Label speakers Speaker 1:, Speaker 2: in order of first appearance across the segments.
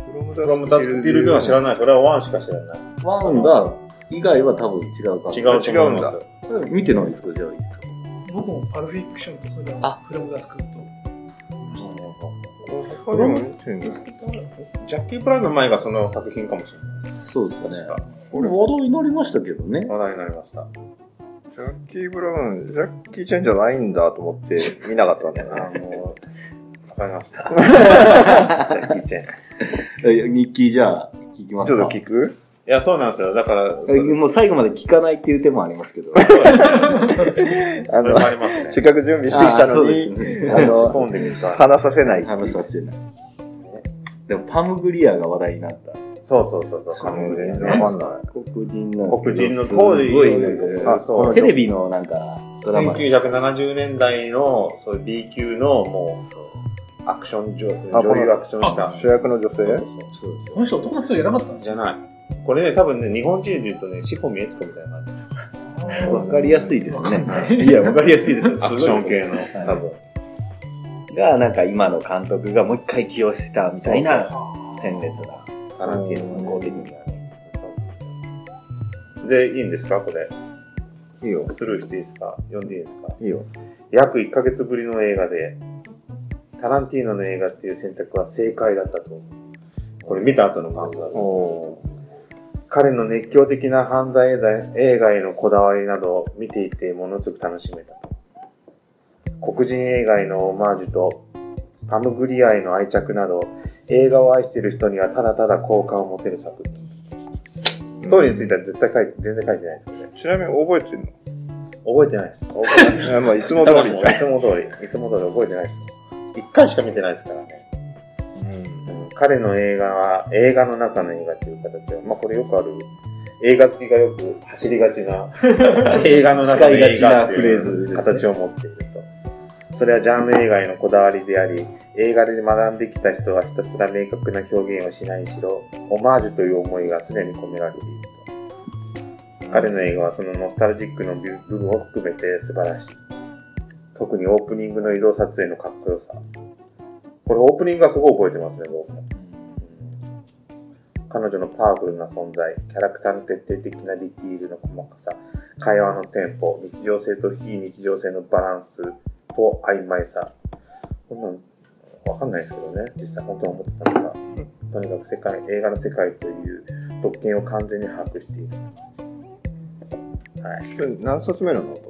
Speaker 1: フ
Speaker 2: フロム・タスク・ティル・ドゥンは知らない。それはワンしか知らない。
Speaker 3: ワンが、以外は多分違うか
Speaker 2: 違
Speaker 3: う。
Speaker 2: うと思います
Speaker 1: 違う
Speaker 2: よ。
Speaker 3: 見てないですかじゃあいいですか
Speaker 4: 僕もパルフィクションと、それから
Speaker 3: あ
Speaker 4: フロムダスクと、見ましたね。
Speaker 1: 他にも見てんだ。
Speaker 2: ジャッキー・ブラウンの前がその作品かもしれない。
Speaker 3: そうですかね
Speaker 2: 確か。
Speaker 3: 俺話題になりましたけどね。
Speaker 2: 話題になりました。
Speaker 1: ジャッキー・ブラウン、ジャッキー・チェンじゃないんだと思って見なかったんだよな。
Speaker 2: あの、わかりました。ジャッキー・ チェン。い
Speaker 3: え日記じゃあ、聞きま
Speaker 1: ち
Speaker 3: す
Speaker 1: ょっ
Speaker 3: か
Speaker 1: と。聞く
Speaker 2: や、そうなんですよ。だから、そ
Speaker 3: え
Speaker 2: れ
Speaker 3: もう最後まで聞かないっていう手 もありますけど。
Speaker 1: あ
Speaker 2: それ
Speaker 1: の
Speaker 2: も、ありますね。
Speaker 1: せっかく準備してきた
Speaker 3: あーそ
Speaker 1: の
Speaker 3: うです
Speaker 1: に、
Speaker 3: ね。
Speaker 1: あ
Speaker 2: 突っ
Speaker 1: の、
Speaker 2: 込んでみると。
Speaker 1: 話させない。
Speaker 3: 話させない。でも、パムグリアが話題になった。
Speaker 2: そうそうそうそう。
Speaker 1: あの全然わかんない。
Speaker 3: 黒人なんですけ
Speaker 2: 黒
Speaker 3: ど
Speaker 2: 人の
Speaker 3: すご
Speaker 2: 当時
Speaker 3: いなんか
Speaker 2: あそう
Speaker 3: テレビのなんかドラマ
Speaker 2: 1970年代の、そういう B 級の、もう、アクション女
Speaker 1: あこの
Speaker 2: 女優アクションした。
Speaker 1: 主役の女性
Speaker 2: そうそうそう
Speaker 3: そうですよ
Speaker 4: この人、男の人じゃなかったんです
Speaker 2: じ
Speaker 4: よ。
Speaker 2: ゃない。これね、多分ね、日本人で言うとね、四本見えつこみたいな感じ。
Speaker 3: わかりやすいですね
Speaker 4: わかんない
Speaker 3: いやわかりやすいですよ
Speaker 2: アクション系の、
Speaker 3: い
Speaker 2: 多分。
Speaker 3: がなんか今の監督がもう一回起用したみたいな
Speaker 4: あー
Speaker 3: 鮮烈な
Speaker 2: タランティーノ
Speaker 3: 向
Speaker 2: の
Speaker 3: こ
Speaker 2: こ
Speaker 3: う的にはね
Speaker 2: うで、いいんですかこれ。
Speaker 1: いいよ。
Speaker 2: スルーしていいですか読んでいいですか
Speaker 1: いいよ。
Speaker 2: 約1ヶ月ぶりの映画で、タランティーノの映画っていう選択は正解だったと思う。これ見た後の感想だと
Speaker 1: お
Speaker 2: 彼の熱狂的な犯罪映画へのこだわりなどを見ていてものすごく楽しめたと。黒人映画へのオマージュとパムグリアへの愛着など映画を愛している人にはただただ好感を持てる作品。ストーリーについては絶対書い全然書いてないですけどね。
Speaker 1: ーちなみに覚えてるの
Speaker 2: 覚えてないです。
Speaker 1: やまあ、いつも
Speaker 2: た
Speaker 1: 通
Speaker 2: だ
Speaker 1: り
Speaker 2: もう
Speaker 1: じ
Speaker 2: い
Speaker 1: ゃん。
Speaker 2: つも通り、いつも通り覚えてないです。一回しか見てないですからね。うん彼の映画は、映画の中の映画という形は、まあこれよくある、映画好きがよく走りがちな、映画の中の映画っていう形を持っていると。それはジャンル映画へのこだわりであり、映画で学んできた人はひたすら明確な表現をしないにしろ、オマージュという思いが常に込められていると。彼の映画はそのノスタルジックの部分を含めて素晴らしい。特にオープニングの移動撮影のかっこよさ。これオープニングがすごい覚えてますね、僕も。彼女のパワフルな存在、キャラクターの徹底的なディティールの細かさ、会話のテンポ、日常性と非日常性のバランスと曖昧さ。こんなんわかんないですけどね、実際本当に思ってたのが。とにかく世界、映画の世界という特権を完全に把握している。はい。
Speaker 1: 何冊目なのと。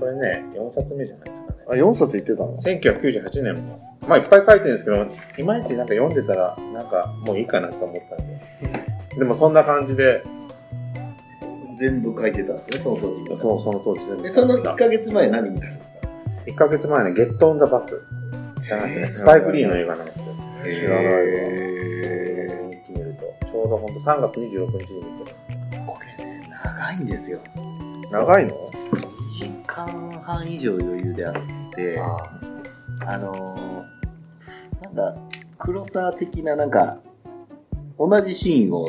Speaker 2: これね、4冊目じゃないですかね。
Speaker 1: あ、4冊いってたの
Speaker 2: 1998年も。まあいっぱい書いてるんですけど、いまいちなんか読んでたら、なんかもういいかなと思ったんで。でもそんな感じで、
Speaker 5: 全部書いてたんですね、その当時。
Speaker 2: そう、その当時全部
Speaker 5: で、その1ヶ月前何見たんですか
Speaker 2: 1ヶ月前のゲットオンザバス。知らないですね。スパイクリーの映画なんですよ。知らないわ。日記見ると。ちょうどほんと3月26日に見て
Speaker 5: これね、長いんですよ。
Speaker 2: る。
Speaker 1: 長いの
Speaker 5: 2時間半以上余裕であって、
Speaker 2: あ
Speaker 5: あのー、なんか、黒沢的な、なんか、同じシーンを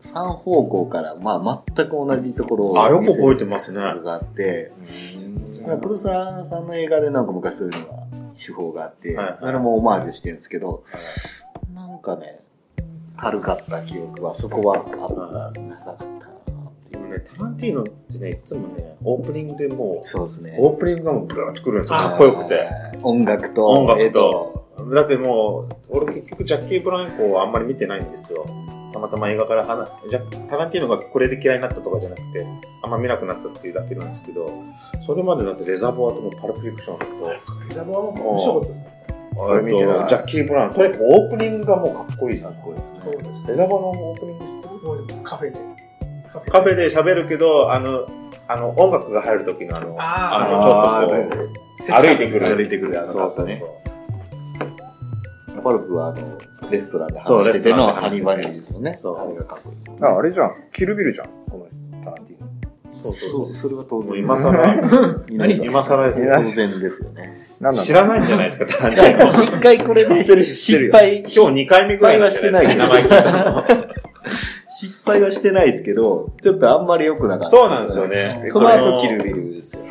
Speaker 5: 3方向から、まあ、全く同じところを
Speaker 2: あ、よく覚え
Speaker 5: て
Speaker 2: てますね。
Speaker 5: があって、
Speaker 2: 全然
Speaker 5: なんか黒沢さんの映画でなんか昔そういうのが、手法があって、
Speaker 2: はいはい
Speaker 5: それもオマージュしてるんですけど、なんかね、軽かった記憶は、そこはあった、長かったなって
Speaker 2: で
Speaker 5: いう。
Speaker 2: もね、タランティーノってね、いつもね、オープニングでもう、
Speaker 5: そうですね。
Speaker 2: オープニングがもうブラーってくるんですよ。かっこよくて。
Speaker 5: はい。音楽と、
Speaker 2: 音楽と
Speaker 5: 絵と、
Speaker 2: だってもう、俺結局ジャッキー・ブランコをあんまり見てないんですよ。たまたま映画から離ジャッタランティーノがこれで嫌いになったとかじゃなくて、あんま見なくなったっていうだけなんですけど、それまでだってレザーボアともパルプフィクションと、
Speaker 4: ザボはもう面白かったですね。
Speaker 1: それ見てない
Speaker 2: ジャッキー・ブラウン、とにかくオープニングがもうかっこいいじゃん。
Speaker 5: こうですね。
Speaker 4: そうですね。
Speaker 2: レザーボアのオープニング知ってる
Speaker 4: 覚えてます。カフェで。カフ
Speaker 2: カフェで喋るけど、あの、あの音楽が入る時のあの、
Speaker 4: あー
Speaker 2: の、ちょっとこう、歩いてくる。
Speaker 3: 歩いてくるあの
Speaker 2: そうそう
Speaker 3: ね
Speaker 2: そう。
Speaker 5: パルプはあの、レストランで
Speaker 2: そう
Speaker 5: 話してての
Speaker 2: レストランで話して
Speaker 5: ハニ
Speaker 2: て
Speaker 5: ーバニーですもんね。
Speaker 2: そう
Speaker 5: あれがかっこいいですよね。
Speaker 1: あ、あれじゃん。キルビルじゃん。このタランティーノ。
Speaker 2: そうそう
Speaker 5: そう、それは当
Speaker 2: もう
Speaker 5: 然。
Speaker 2: 今 更、
Speaker 5: 皆さん
Speaker 2: 今更です
Speaker 5: 当然ですよね。
Speaker 1: 何なの
Speaker 2: 知らないんじゃないですか、タランティーノ。
Speaker 5: 一回これで失敗、
Speaker 2: 今日2回目ぐらいなんじゃない ですか、名前聞いたの。
Speaker 5: 失敗はしてないですけど、ちょっとあんまり良くなかった。
Speaker 2: そうなんですよ。ね。
Speaker 5: その後、キ
Speaker 2: 切
Speaker 5: ル
Speaker 2: る
Speaker 5: ビルですよ。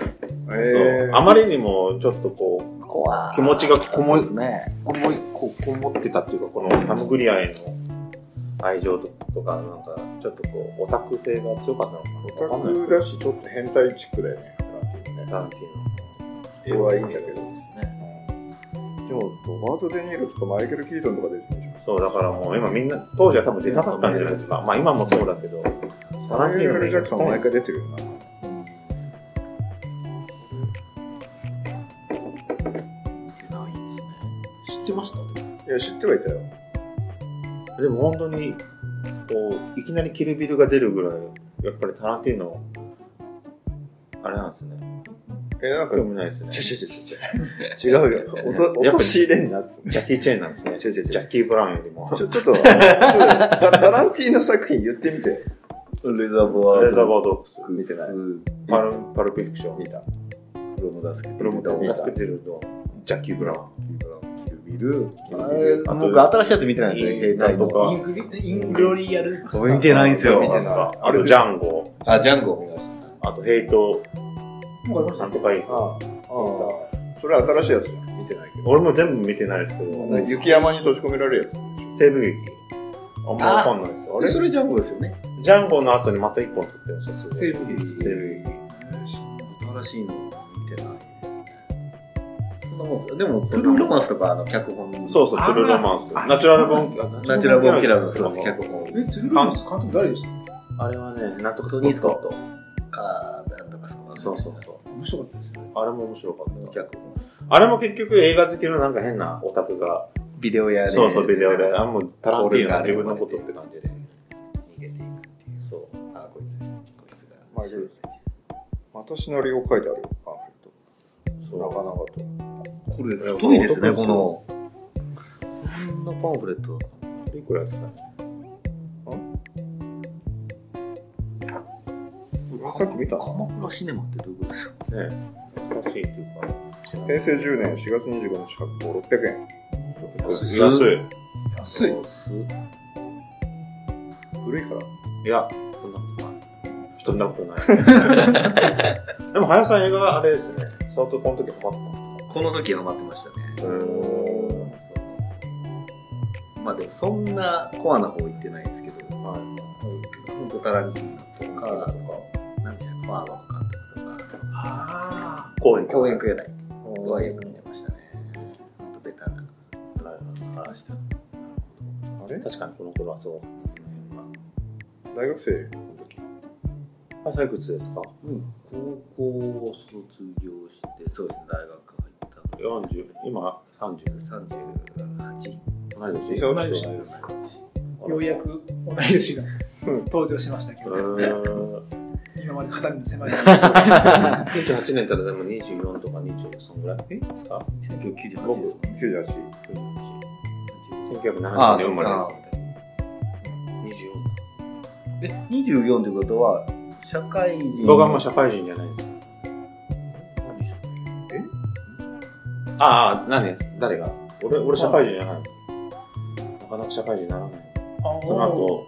Speaker 1: え
Speaker 2: あまりにも、ちょっとこ
Speaker 5: ここは
Speaker 2: う、気持ちがこ
Speaker 5: そう
Speaker 2: も
Speaker 5: ですね。
Speaker 2: こもここもってたっていうか、このサムグリアへの愛情とか、なんか、ちょっとこう、オタク性が強かったの
Speaker 1: ー、
Speaker 2: かわ
Speaker 1: オ
Speaker 2: かん
Speaker 1: タ
Speaker 2: ないです
Speaker 1: ク
Speaker 2: けど
Speaker 1: だし、ちょっと変態チックだよね。タランティーノね。
Speaker 2: タランティーノ
Speaker 1: 絵はいいんだけど。でも、ロバート・デ・ニーロとかマイケル・キートンとか出てるじゃん。
Speaker 2: そう、だからもう今みんな、当時は多分出たかったんじゃないですか。まあ今もそうだけど、タランティ
Speaker 1: サミ
Speaker 2: ーノ
Speaker 1: ュエルジャクソン毎回
Speaker 2: で。
Speaker 1: 出てるよな。
Speaker 5: ないですね。
Speaker 4: 知ってました
Speaker 1: いや、知ってはいたよ。
Speaker 2: でも本当に、こう、いきなりキルビルが出るぐらい、やっぱりタランティーノ、あれなんですね。
Speaker 1: え、なんか、
Speaker 2: 興味ないですね。
Speaker 1: ちょ
Speaker 2: ジ
Speaker 1: ちょちょちょ。違うよ。おと、おとし入れんなっつうの
Speaker 2: ャッキー・チェーンなんですね。
Speaker 1: ちょちょちょ
Speaker 2: ジャッキー・ブラウンよりも。
Speaker 1: ちょ、ちょっと、あのちょっとタタランティーノ作品言ってみて。
Speaker 3: レザーボア。
Speaker 2: レザーバードックス。
Speaker 3: 見てない。
Speaker 2: パルパルプフィクション。
Speaker 1: 見た。
Speaker 3: プロのダスケ。
Speaker 2: プロモーターを助けてるの。ジャッキー・ブラウン。
Speaker 3: キルビル。
Speaker 5: あれ僕、新しいやつ見てないんですね、兵隊
Speaker 2: なんとか
Speaker 5: の。
Speaker 4: イングリイングロリアルマスター。
Speaker 3: 見てないんです
Speaker 1: 見て
Speaker 3: よ。
Speaker 1: ない。
Speaker 2: あと、ジャンゴ。
Speaker 5: あ、ジャンゴ見ました。
Speaker 2: あと、ヘイト。
Speaker 4: もうありまし
Speaker 2: な
Speaker 4: た
Speaker 2: んとかいい。
Speaker 1: ああ、それ新しいやつじゃん。見てないけど。
Speaker 2: 俺も全部見てないですけど、
Speaker 1: 雪山に閉じ込められるやつ。
Speaker 2: 西部劇。あんまわかんないですよ。あ
Speaker 5: あれそれジャンゴですよね。
Speaker 2: れジャンゴの後にまた一本撮ってるんですよ。
Speaker 4: 西
Speaker 2: 部
Speaker 4: 部劇。
Speaker 2: 西部劇。
Speaker 5: 新しいの見てないですね。そんなもんですよ。でも、トゥルーロマンスとか、あの、脚本。
Speaker 2: そうそう、
Speaker 4: あー
Speaker 2: トゥルーロマンス。
Speaker 4: あ
Speaker 2: ナチュラルボン、
Speaker 5: ナチュラルボーンキラーの、そう
Speaker 2: ナ
Speaker 5: で
Speaker 2: チ
Speaker 5: す、
Speaker 2: ュラルボンキラーの
Speaker 5: 脚本
Speaker 4: え、。トゥルーロマンス監督誰でした
Speaker 2: あれはね、なんとか
Speaker 5: トニー・スコットか、なんとかスコット。
Speaker 2: そうそうそう。
Speaker 4: 面白かったですね。
Speaker 2: あれも面白かった。
Speaker 5: 脚本。
Speaker 2: あれも結局映画好きのなんか変なオタクが
Speaker 5: ビデオ屋で。
Speaker 2: そうそう、ビデオで。あ、もう、タランティーノ
Speaker 5: が
Speaker 2: の自分のことって感じですよね。
Speaker 5: 逃げていくっていう。
Speaker 2: そう。
Speaker 5: あ、こいつです。こいつが。
Speaker 1: マイケルまたしなりを書いてあるよ、パンフレット。
Speaker 2: そう
Speaker 1: なかなかと。
Speaker 5: これ
Speaker 2: 太いですね
Speaker 5: この。こんなパンフレットだった
Speaker 2: いくらですか
Speaker 1: さっき見た
Speaker 5: 鎌倉シネマってどういうことですか
Speaker 2: ね懐かしいというか。
Speaker 1: 平成10年4月25日発行600円。
Speaker 2: 安い。
Speaker 4: 安い。
Speaker 1: 古いから。
Speaker 2: いや、そんなことない。そんなこと ない。でも、林さん映画はあれですね、相当この時ハマってたんですか
Speaker 5: この時は待ってましたね。
Speaker 2: うー
Speaker 5: そうまあでもそんなコアな方行ってないですけど、
Speaker 2: ん。はい。
Speaker 5: 本当タランティーノとか、なんていうの、ファーロー監督とか、
Speaker 4: あ
Speaker 5: 公園公園くらいはよく見てましたね。本当ベタな。あした
Speaker 1: あれ
Speaker 2: 確かにこの頃はすごかったですね。
Speaker 1: 大学生の時。
Speaker 2: あ、採掘ですか
Speaker 5: うん、高校を卒業して、そうですね、大学入
Speaker 2: ?40、今30です。
Speaker 5: ったの38。
Speaker 2: 同い年
Speaker 1: 一緒同い年です。
Speaker 4: あ、ようやく同い年が登場しましたけ
Speaker 2: う
Speaker 4: ど、
Speaker 2: ーん。
Speaker 4: 今まで肩身の狭い話。
Speaker 2: 28年たらでも24とか23ぐらいですか
Speaker 5: 1998ですもんね。
Speaker 1: 98。
Speaker 2: 1970年生まれ
Speaker 5: あ
Speaker 2: です。24
Speaker 5: え、24ってことは、社会人。
Speaker 2: 僕はもう社会人じゃないです。
Speaker 1: え
Speaker 2: ああ、何です誰が俺、俺社会人じゃない。なかなか社会人にならない。
Speaker 4: あ
Speaker 2: その後、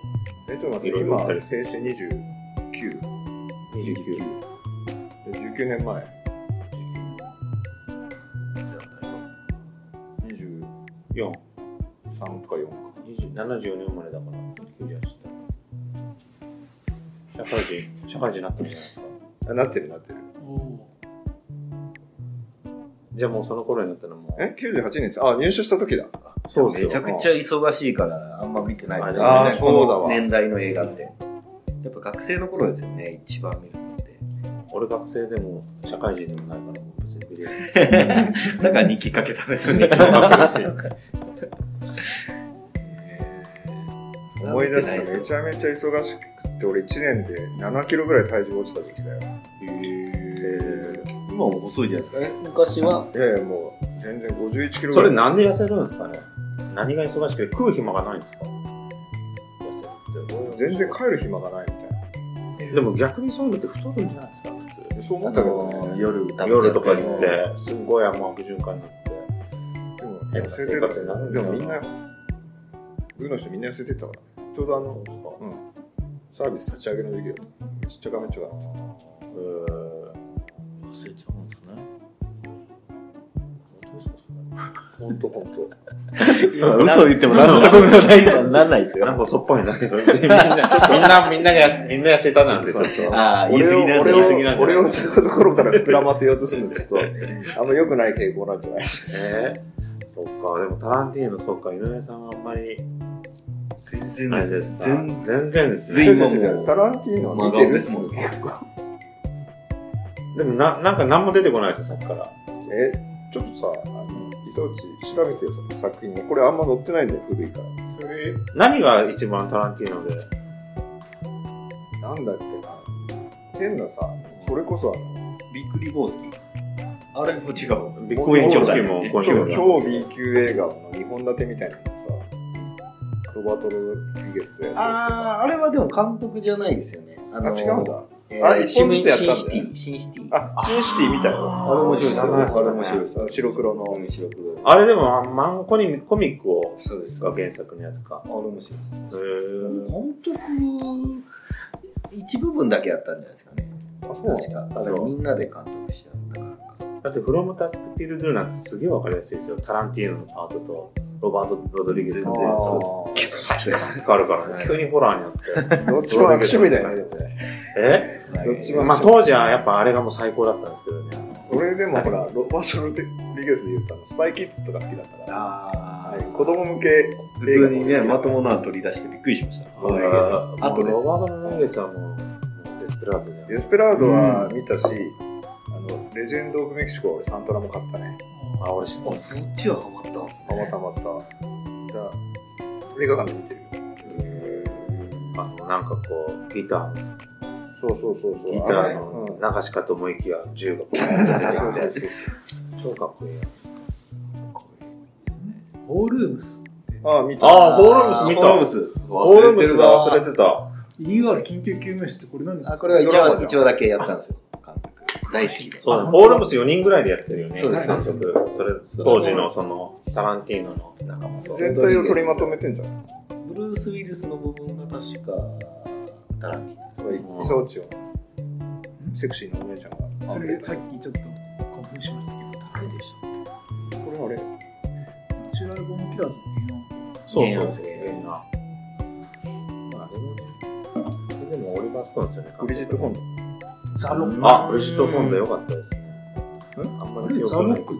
Speaker 1: え、ちょっと待っ
Speaker 2: い
Speaker 1: て、
Speaker 2: ろい
Speaker 1: 今、
Speaker 2: ろ
Speaker 1: 平成29。
Speaker 2: 29。
Speaker 1: で19年前。
Speaker 2: 4。
Speaker 1: 23とか4か。
Speaker 2: 20 74年生まれだから、98社会人、社会人になったんじゃないですか。
Speaker 1: あ、なってるなってる。
Speaker 4: お
Speaker 2: じゃあもうその頃になったらもう。
Speaker 1: え ?98 年です。あ、入社した時だ。
Speaker 2: そう
Speaker 5: めちゃくちゃ忙しいから、あんま見てないです
Speaker 2: あー
Speaker 1: そうだわ
Speaker 5: この年代の映画って。やっぱ学生の頃ですよね、一番見るのって。
Speaker 2: 俺学生でも社会人でもないから、もう別に見れない です。
Speaker 5: だから日記かけたんですね。
Speaker 1: 思い出しためちゃめちゃ忙しくって、俺1年で7キロぐらい体重落ちた時期だよ。へ
Speaker 5: 今も細いじゃないですかね。昔は、
Speaker 1: え。いやもう、全然51キロ
Speaker 2: そ
Speaker 1: ぐら
Speaker 2: れ
Speaker 1: い。
Speaker 2: なんで痩せるんですかね何が忙しくて食う暇がないんですか痩せるって俺は
Speaker 1: 全然帰る暇がないみたい
Speaker 2: でも逆にそういうのって太るんじゃないですか普通
Speaker 1: な。そう思
Speaker 5: あ
Speaker 1: ったけどね。
Speaker 5: の夜食べ
Speaker 2: 夜とかに行っ
Speaker 5: ちゃ
Speaker 2: てすっごい甘悪循環になって
Speaker 1: でも、
Speaker 2: や
Speaker 1: 痩
Speaker 2: っぱ
Speaker 1: せ
Speaker 2: 生
Speaker 1: て
Speaker 2: 活にな
Speaker 1: た。
Speaker 2: るん
Speaker 1: で
Speaker 2: だな
Speaker 1: もみんな、部の人みんな痩せてたからね。ちょうどあの、うん。サービス立ち上げの時期だった。ちっちゃかめっちゃかめ。
Speaker 5: うんですね。
Speaker 1: ほんとほん と。
Speaker 3: 嘘言っても納得のないなんないです
Speaker 2: え
Speaker 3: よ。
Speaker 2: ー、 なんか嘘っぽいなみんなみんなみんなが痩せみんな痩せたなんですよちょっと
Speaker 3: ああ、言い
Speaker 1: 俺
Speaker 3: 過
Speaker 1: を
Speaker 3: ぎなんだ
Speaker 1: 俺
Speaker 3: 言い
Speaker 1: を
Speaker 3: 過ぎなんだ。
Speaker 1: 俺をその頃から膨らませようとするのちょっと、あんま良くない傾向なんじゃない
Speaker 2: えー、そっかでもタランティーノそっか井上さんはあんまり
Speaker 5: 全然
Speaker 2: ないですか全然ですね
Speaker 5: 全今も う
Speaker 1: タランティーノは似てるっすもんね。
Speaker 2: でもななんか何も出てこないですよさっきから
Speaker 1: え、ちょっとさ、あの、磯内調べてよ、その作品を。これあんま載ってないんだよ、古いか
Speaker 4: ーそれ、
Speaker 2: 何が一番タランティーノで
Speaker 1: ら。なんだっけな。変なさ、それこそあの、
Speaker 5: びっくりボースキー。あれも違う。
Speaker 2: ビッグウェイ兄弟も
Speaker 1: 超
Speaker 2: 今週も
Speaker 1: 超 B 級映画の2本立てみたいなのさ、ロバート・ロドリゲスとやつ
Speaker 5: ああ、あれはでも監督じゃないですよね。あ
Speaker 1: あ、違うんだ。
Speaker 5: えー
Speaker 1: あれ
Speaker 5: シン
Speaker 1: 一本ずつやったんだよね
Speaker 5: シンシティ、シンシティ。
Speaker 1: あ、シンシティみたいな。
Speaker 2: あれ面白いですよね
Speaker 1: あれ面白いです。白黒の。
Speaker 5: 面白く。
Speaker 2: あれでもあ漫コミコミックを
Speaker 5: そうです。
Speaker 2: が原作のやつか
Speaker 5: あれ面白いです。
Speaker 2: へー
Speaker 5: 監督、一部分だけやったんじゃないですかね。
Speaker 1: あ、そうなの
Speaker 5: 確か。だからみんなで監督しちゃったから
Speaker 2: だって「フロムタスクティルドゥなんてすげえわかりやすいですよタランティーノのパートとロバート・ロドリゲスのパート
Speaker 1: あー
Speaker 2: キュッサッて変わるからね急にホラーにな って
Speaker 1: どっちも悪趣味だよね、でもね。
Speaker 2: え
Speaker 5: か。
Speaker 1: どっちも
Speaker 2: まあ当時はやっぱあれがもう最高だったんですけどね
Speaker 1: 俺でもほら、ロバート・ロドリゲスで言うとあの、スパイキッズとか好きだから、
Speaker 5: あ
Speaker 1: はい
Speaker 5: ー
Speaker 1: 子供向け映
Speaker 3: 普
Speaker 1: 画
Speaker 3: 通
Speaker 1: も好
Speaker 3: に
Speaker 1: きだ
Speaker 3: ね、
Speaker 1: から
Speaker 3: まともなの取り出してびっくりしました。
Speaker 1: ロバートロドリゲス
Speaker 2: あとロバート・ロドリゲスはもうもうデスペラートだ
Speaker 1: デ
Speaker 2: よ
Speaker 1: スペラードは見たし、あの、レジェンド・オブ・メキシコは俺サントラも買ったね。
Speaker 2: あ俺知って
Speaker 5: あ、そっちはハマったんです
Speaker 1: たま
Speaker 5: ね。
Speaker 1: たまた。だ映画館で見てるよ。
Speaker 2: あのなんかこうギターのそうそうそうそう。
Speaker 5: ギ
Speaker 1: ター
Speaker 2: あの流しかと思いきや、銃がこう 出てきて、超かっこいいや
Speaker 4: ホールームス。
Speaker 1: ああ、見た。
Speaker 2: ああ、ホールームス見た。
Speaker 5: ホールーム
Speaker 2: ス。
Speaker 5: 忘れてるわ
Speaker 2: 忘れてた。
Speaker 4: ER 緊急救命室ってこれ何ですか
Speaker 5: あ、これは一
Speaker 1: ドラマじゃ
Speaker 5: 話、
Speaker 1: ん
Speaker 5: 一話だけやったんですよ。監督。大好きで。
Speaker 2: そう
Speaker 4: あ
Speaker 2: ホールームス4人ぐらいでやってるよね、
Speaker 5: そうです
Speaker 2: 監督。それ、当時のその、タランティーノの仲間と。
Speaker 1: 全体を取りまとめてんじゃん。
Speaker 5: ブルース・ウィルスの部分が確か、タランティーノです
Speaker 1: そう、イ
Speaker 2: うん
Speaker 1: サオチを。セクシーなお姉ちゃんが。
Speaker 4: それさ
Speaker 1: こ
Speaker 4: っきちょっと興奮しましたけど、
Speaker 5: あれでした。
Speaker 1: れあれ
Speaker 4: ナチュラルボーンキラーズっていうの
Speaker 2: そう
Speaker 5: 芸
Speaker 2: そう
Speaker 5: 能
Speaker 2: そう。
Speaker 5: 生
Speaker 2: みんな。まあ、でもね、それでもオリバー・ストーンですよね。
Speaker 1: ブリジット・コンド。
Speaker 4: ザ・ロック。
Speaker 2: あ、ブリジット・コンド良かったですね。あんま
Speaker 4: あ
Speaker 2: り
Speaker 4: れ
Speaker 2: 記
Speaker 4: ザ・
Speaker 2: 憶
Speaker 4: ロ
Speaker 2: ない
Speaker 4: ックっ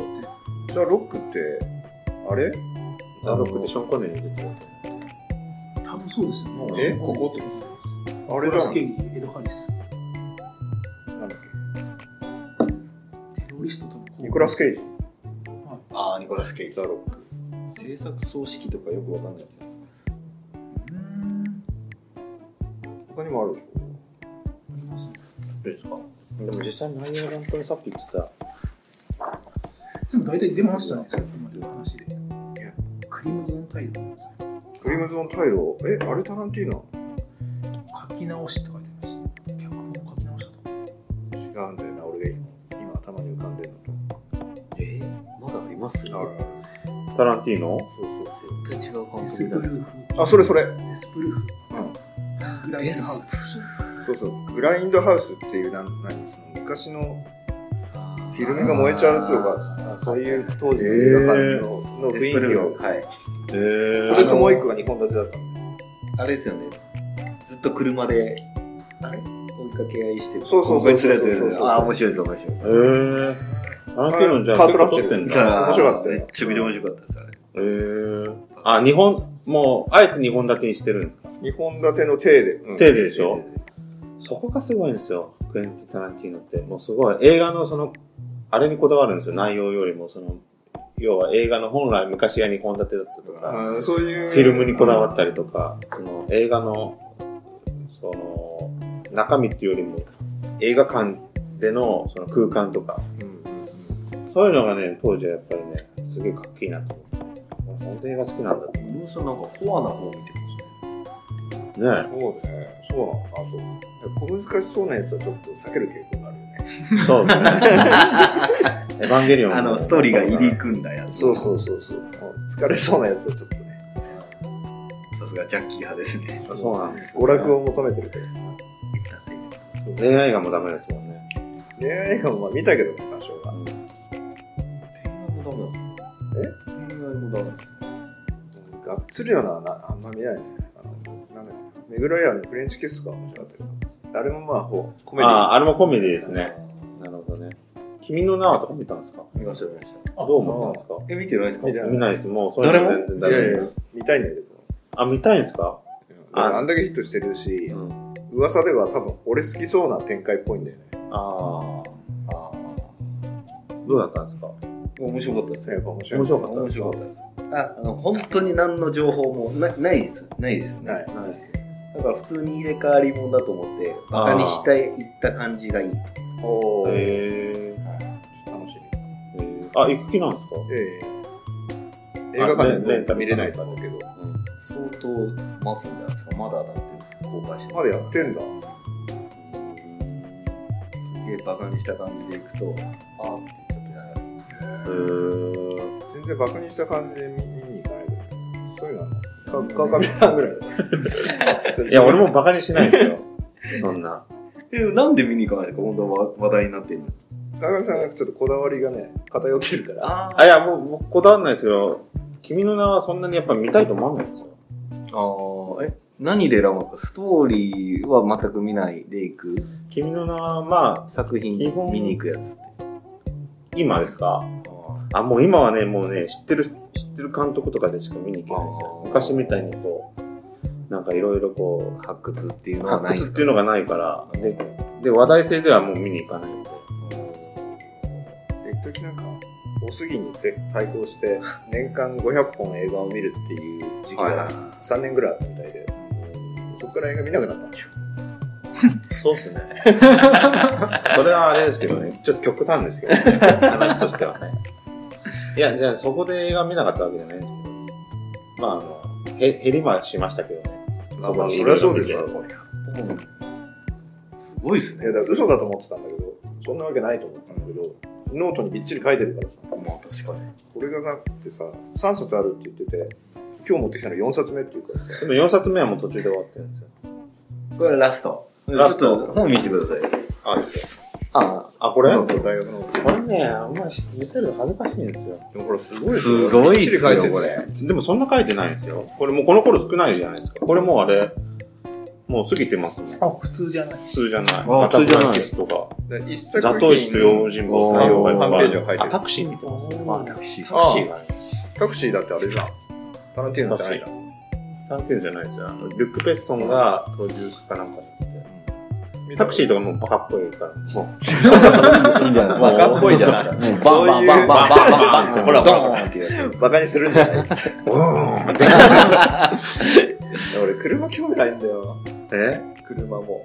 Speaker 4: て。
Speaker 1: ザ・ロックって、あれ
Speaker 2: ザ・ロックってショーン・コネリー出てるやつ。
Speaker 4: 多分そうですよね。
Speaker 1: え
Speaker 4: ここって
Speaker 1: あ
Speaker 4: こ
Speaker 1: れ
Speaker 4: れ
Speaker 1: じゃ
Speaker 4: ラ
Speaker 1: な
Speaker 4: ス・ケ
Speaker 1: い
Speaker 4: イジ、エド・ハリス。
Speaker 1: なんだっ
Speaker 4: テロリストとの
Speaker 1: けニコラス・ケイジ。
Speaker 5: ああ、ニコラス・ケイ
Speaker 1: ザ・ロック。
Speaker 5: 制作葬式とかよくわかんない。
Speaker 4: うーん。
Speaker 1: 他にもあるでしょ。
Speaker 4: ありますね
Speaker 2: いいですかでも実際内容が本当にさっき言ってた。
Speaker 4: でも大体出ましたね、さっきまでの話で。クリムゾン・タイド。
Speaker 1: クリムゾン・タイロー。え、あれタランティーノ
Speaker 4: 書き直しって書いてありました。脚本を書き直したと。
Speaker 1: 違うんだよな、俺が今、今頭に浮かんでるの
Speaker 5: えまだあります
Speaker 1: と。る
Speaker 2: タランティーノ
Speaker 5: そうそう、絶対違う監
Speaker 4: エスプル
Speaker 5: 督だないです
Speaker 4: ー
Speaker 5: か。
Speaker 4: フ。
Speaker 1: あ、それそれ。
Speaker 4: エスプルーフ。グラインドハウス。
Speaker 5: ス
Speaker 1: そうそう。グラインドハウスっていう、なん、何、その昔のフ
Speaker 5: フ
Speaker 1: ィルムが燃えちゃうとか、そういう当時の映画館のの
Speaker 5: エスプ
Speaker 1: 雰囲
Speaker 5: ル
Speaker 1: 気
Speaker 5: ー
Speaker 1: を
Speaker 5: フ。。はい。
Speaker 2: えー
Speaker 1: それともう一個が日本立てだったの
Speaker 5: あれですよね。ずっと車で、あれ追いかけ合いしてる。
Speaker 1: そうそうそう
Speaker 5: こいつらやつ
Speaker 1: そうそうそうそう
Speaker 5: ああ、面白いです、面白い。
Speaker 2: えー。タランティーノじゃあ、
Speaker 1: カートラッセル
Speaker 2: 結構撮ってん
Speaker 1: い
Speaker 2: だ。
Speaker 1: や面白かったよ
Speaker 5: めっちゃくちゃ面白かったです、あれ。
Speaker 2: えー。あ、日本、もう、あえて日本立てにしてるんですか
Speaker 1: 日本立ての体で。うん
Speaker 2: 手ででしょそこがすごいんですよ。クエンティン・タランティーノって。もうすごい。映画のその、あれにこだわるんですよ。内容よりも、その、要は映画の本来昔が日本立てだったとか。
Speaker 1: あーそういう。
Speaker 2: フィルムにこだわったりとか、その映画の、その、中身っていうよりも、映画館でのその空間とか、
Speaker 1: うんうん
Speaker 2: そういうのがね、当時はやっぱりね、すげえかっけえなと思って。本当に映画好きなんだって。ね
Speaker 5: 井上さんなんかコアな方を見てますね。
Speaker 1: そうだね。そうなのか。そう。小難しそうなやつはちょっと避ける傾向があるよね。
Speaker 2: そう ですね。エヴァンゲリオンも
Speaker 5: あの、ストーリーが入り組んだやつ。
Speaker 1: そうそうそうそう。疲れそうなやつはちょっとね、
Speaker 5: さすがジャッキー派ですね。
Speaker 2: そうなんですよね、
Speaker 1: 娯楽を求めてるからさ。
Speaker 2: 恋愛がもうダメですもんね。
Speaker 1: 恋愛映画もまあ見たけどね、多少は。
Speaker 5: 恋愛もダメ。
Speaker 1: がっつりなのはなあんま見ないね。あの、なんだっけな、メグライアンのフレンチキスとか面白かったけど。あれもまあ、ほう、コメディ
Speaker 2: ああ、あれもコメディですね。なるほどね。君の名はとか見たんですか
Speaker 5: 見ました、見ました。
Speaker 2: どう思ったんです
Speaker 5: え、見てないですか
Speaker 1: 見て
Speaker 2: か見ないです。もう、そういうの全然
Speaker 1: い
Speaker 2: ダメ
Speaker 1: やいや
Speaker 2: です。、
Speaker 1: 見たいんだけど。
Speaker 2: あ、見たいんですか
Speaker 1: ああんだけヒットしてるし、
Speaker 2: ん。
Speaker 1: 噂では多分俺好きそうな展開っぽいんだよね。
Speaker 2: あ
Speaker 5: あ
Speaker 2: あ、どうだったんですか
Speaker 5: ー面白かったです
Speaker 1: や
Speaker 5: ね
Speaker 1: っ。ぱ面白い。
Speaker 2: 面白かった
Speaker 5: 面白かったです。あ、あの、本当に何の情報もなないです。ないですよね。
Speaker 1: ない
Speaker 2: ないですよ。
Speaker 5: だから普通に入れ替わりもんだと思って、バカにしたい、いった感じがいい。
Speaker 1: おー、
Speaker 2: へ
Speaker 1: 楽し
Speaker 2: えあ、行く気なんですか
Speaker 1: み。ええ映画館
Speaker 2: レンレン
Speaker 1: で
Speaker 2: タ
Speaker 1: も
Speaker 2: ル
Speaker 1: 見れないと思うけど。
Speaker 5: 相当待つんじゃないですか。まだだって公開して
Speaker 1: まだやってんだ。
Speaker 5: すげえバカにした感じでいくと、あーって言っちゃってな
Speaker 2: へー
Speaker 1: 全然バカにした感じで見見に行かないけど。そういうのあるのか川上さんぐらいだ。
Speaker 2: いや、俺もバカにしないですよ。 そんな。
Speaker 5: え、なんで見に行かないですか本当は話題になってるの。
Speaker 1: 川上さんがちょっとこだわりがね、偏ってるから。
Speaker 5: あ
Speaker 2: あ、いや、もう、僕こだわんないですけど、君の名はそんなにやっぱ見たいと思わないですよ。
Speaker 5: あ、え、何で選ぶのかストーリーは全く見ないでいく
Speaker 2: 君の名は、まあ、
Speaker 5: 作品
Speaker 2: 基本
Speaker 5: 見に行くやつ。
Speaker 2: 今ですかあ、もう今はね、もうね、知ってる、知ってる監督とかでしか見に行けないですよ。
Speaker 5: あー
Speaker 2: 昔みたいにこう、なんかいろいろこう、
Speaker 5: 発掘っていうのは
Speaker 2: 発
Speaker 5: ない
Speaker 2: 掘っていうのがないから、で、で、話題性ではもう見に行かないんで。
Speaker 1: で一時なんか、おすぎに対抗して、年間500本映画を見るっていう時期
Speaker 2: はいは
Speaker 1: が3年ぐらいあったみたいで、そこから映画見なくなったんでしょ。
Speaker 2: そうっ すね。それはあれですけどね、ちょっと極端ですけどね、 話としてはね。いや、じゃあそこで映画見なかったわけじゃないんですけど、まああの、へ減りはしましたけどね。
Speaker 1: まあまあ、そりゃそうですよ。
Speaker 3: すごいっす
Speaker 1: いや、だから嘘だと思ってたんだけど、そんなわけないと思ったんだけど、ノートにびっちり書いてるからさ。
Speaker 3: まあ確かに。
Speaker 1: これがなくてさ、3冊あるって言ってて、今日持ってきたの4冊目っていうからさ。
Speaker 2: でも4冊目はもう途中で終わってるんですよ。
Speaker 5: これラスト。
Speaker 2: ラス
Speaker 5: ちょ
Speaker 2: ト
Speaker 5: っと本見せてください。
Speaker 2: あ、ですよ
Speaker 5: あ
Speaker 2: あ、これ
Speaker 1: ノー
Speaker 2: こ
Speaker 1: ト大学の。
Speaker 2: れね、あんまり見せるの恥ずかしいんですよ。
Speaker 1: でもこれすごい
Speaker 5: すごいっすよ
Speaker 1: びっちり書いてる
Speaker 2: でもそんな書いてないんですよ。これもうこの頃少ないじゃないですか。これもうあれ、もう過ぎてますね。
Speaker 4: あ、普通じゃない。
Speaker 2: 普通じゃない。
Speaker 5: あ普通じゃない
Speaker 2: アタックランキスとか。
Speaker 1: だから一作
Speaker 2: ザトウイチと用心棒
Speaker 1: 太
Speaker 2: 対
Speaker 1: 陽
Speaker 2: 応
Speaker 1: がい
Speaker 2: が
Speaker 1: っぱい
Speaker 2: パ
Speaker 1: ペ
Speaker 2: ペ
Speaker 1: ー
Speaker 2: ー
Speaker 1: ジ
Speaker 2: ジ
Speaker 1: を書
Speaker 2: を書
Speaker 1: いて
Speaker 2: いて
Speaker 1: る
Speaker 2: る。タクシー見てますね。
Speaker 5: あ。
Speaker 2: タク
Speaker 5: シー。
Speaker 2: シーがね。
Speaker 1: タクシーだってあれじゃん。タランティーノじゃないじゃん。
Speaker 2: 探偵じゃないですよ。あの、リュック・ペッソンがプロデュースかなんかで。タクシーとかもうバカっぽいから。もう、
Speaker 5: いいんじゃないですか。
Speaker 1: バカっぽいじゃない。
Speaker 5: ねバンバンバンバンバンバンバン。
Speaker 1: ほらほら
Speaker 5: ドーンっていうや
Speaker 1: バカにするんじゃない俺、車興味ないんだよ。
Speaker 2: え
Speaker 1: 車も。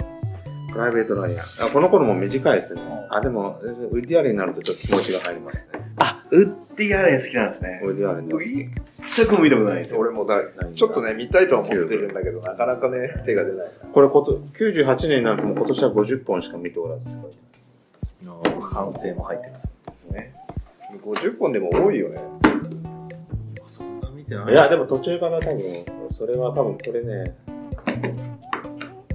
Speaker 2: プライベートライアン。あ、この頃も短いですね。あ、でも、ウッディアレンになるとちょっと気持ちが入りますね。
Speaker 3: あ、ウッディアレン好きなんですね。
Speaker 2: ウッディアレンになる
Speaker 3: 一作も見たことないですよ。
Speaker 1: 俺もだ、
Speaker 2: 何が
Speaker 1: ちょっとね、見たいとは思ってるんだけど、なかなかね、手が出ない。
Speaker 2: これこと、98年になるともう今年は50本しか見ておらず。
Speaker 5: つ。完成も入ってます。
Speaker 1: 50本でも多いよね。
Speaker 5: そんな見てない
Speaker 2: や、でも途中から多分、それは多分これね、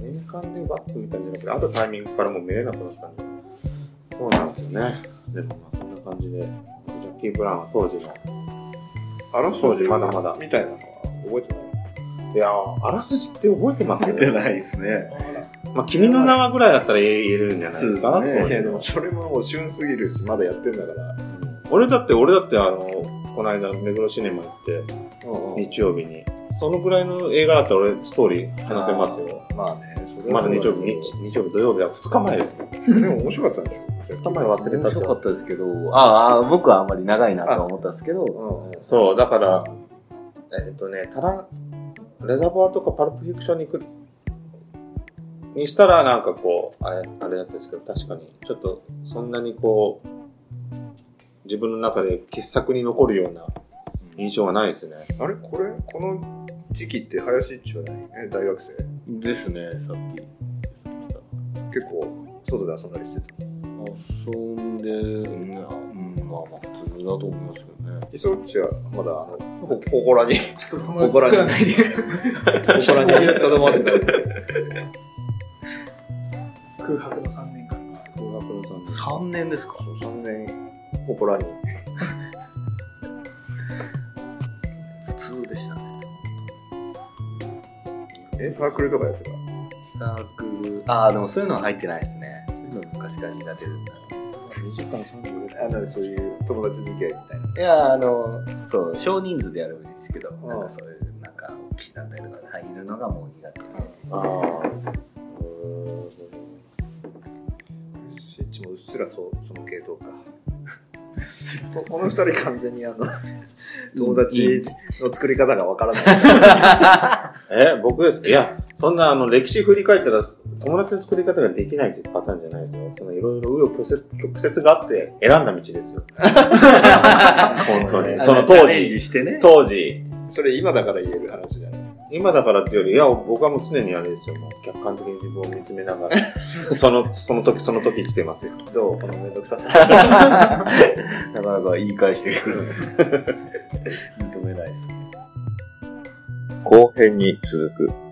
Speaker 2: 年間でバッと見たんじゃなくて、あとタイミングからもう見れなくなったんで。そうなんですよね。でもまあそんな感じで、ジャッキー・ブラウンは当時の、
Speaker 1: あら
Speaker 2: 当時まだまだ。
Speaker 1: みたいなのは覚えてない。
Speaker 2: いやーあらすじって覚えてますよ
Speaker 3: 見てないですね。
Speaker 2: まあ、君の名はぐらいだったら言えるんじゃないですか
Speaker 3: そうですね
Speaker 2: 当
Speaker 1: いや、で
Speaker 2: 時の
Speaker 1: もそれももう旬すぎるし、まだやってんだから。
Speaker 2: 俺だって、俺だって、あの、この間、目黒シネマ行って、
Speaker 1: うんうん
Speaker 2: 日曜日に。そのぐらいの映画だったら俺、ストーリー話せますよ。
Speaker 1: まあね、それ
Speaker 2: ま
Speaker 1: はそう
Speaker 2: だ日
Speaker 1: けど
Speaker 2: 曜日、日日曜日、土曜日は2日前ですもん。2
Speaker 1: でも面白かったんでしょ
Speaker 2: 日前忘れ
Speaker 5: 面
Speaker 2: たけ
Speaker 5: 白か
Speaker 2: ど。
Speaker 5: ったですけど、ああ、僕はあんまり長いなとは思ったんですけど、
Speaker 1: うんうん。
Speaker 2: そう、だから、えっ、とね、たら、レザーバーとかパルプフィクションに行く、にしたら、なんかこう、あれ、あれだったんですけど、確かに、ちょっと、そんなにこう、自分の中で傑作に残るような印象がないですね。
Speaker 1: あれこれ、この時期って林一は何え、大学生
Speaker 5: ですね、さっき。
Speaker 1: 結構、外で遊んだりしてた。
Speaker 5: 遊んで、うん、まあまあ普通だと思いますけどね。
Speaker 1: 磯っちはまだ、あの、ほほこらに、
Speaker 4: ちょっと友達作らないで。
Speaker 1: ほこらにとどまってた。
Speaker 4: 空白の3年間が。
Speaker 2: 空白の三年
Speaker 5: 3年ですか
Speaker 1: そう、3年、ほこらに。
Speaker 5: 普通でしたね。
Speaker 1: え、サークルとかやってた
Speaker 5: サークル、ああ、でもそういうのは入ってないですね。そういうの昔から苦手だった。
Speaker 1: 2時間30分。あ、なんでそういう友達付き合いみたいな。
Speaker 5: いやあのそう少人数でやるんですけど
Speaker 1: ん
Speaker 5: なんかそういうなんか大きい団体とかに入るのがもう苦手で
Speaker 2: ああ。
Speaker 1: 林一もうっすらそう、その系統か。
Speaker 5: うっす
Speaker 1: ここの二人完全にあの、友達の作り方がわからない。
Speaker 2: え、僕ですかいや、そんなあの歴史振り返ったら友達の作り方ができないっていうパターンじゃないですよ。そのいろいろ紆余曲折曲折があって選んだ 道ですよ。本当に。その
Speaker 5: チ
Speaker 2: 当
Speaker 5: ャレ
Speaker 2: 時、
Speaker 5: ンジしてね
Speaker 2: 当時。
Speaker 1: それ今だから言える話じゃない。
Speaker 2: 今だからっていうより、いや、僕はもう常にあれですよ。もう客観的に自分を見つめながら、その、その時その時来てますよ。
Speaker 1: どうこのめんどくささ。
Speaker 5: なかなか言い返してくるんです よ認めないです
Speaker 1: 後編に続く。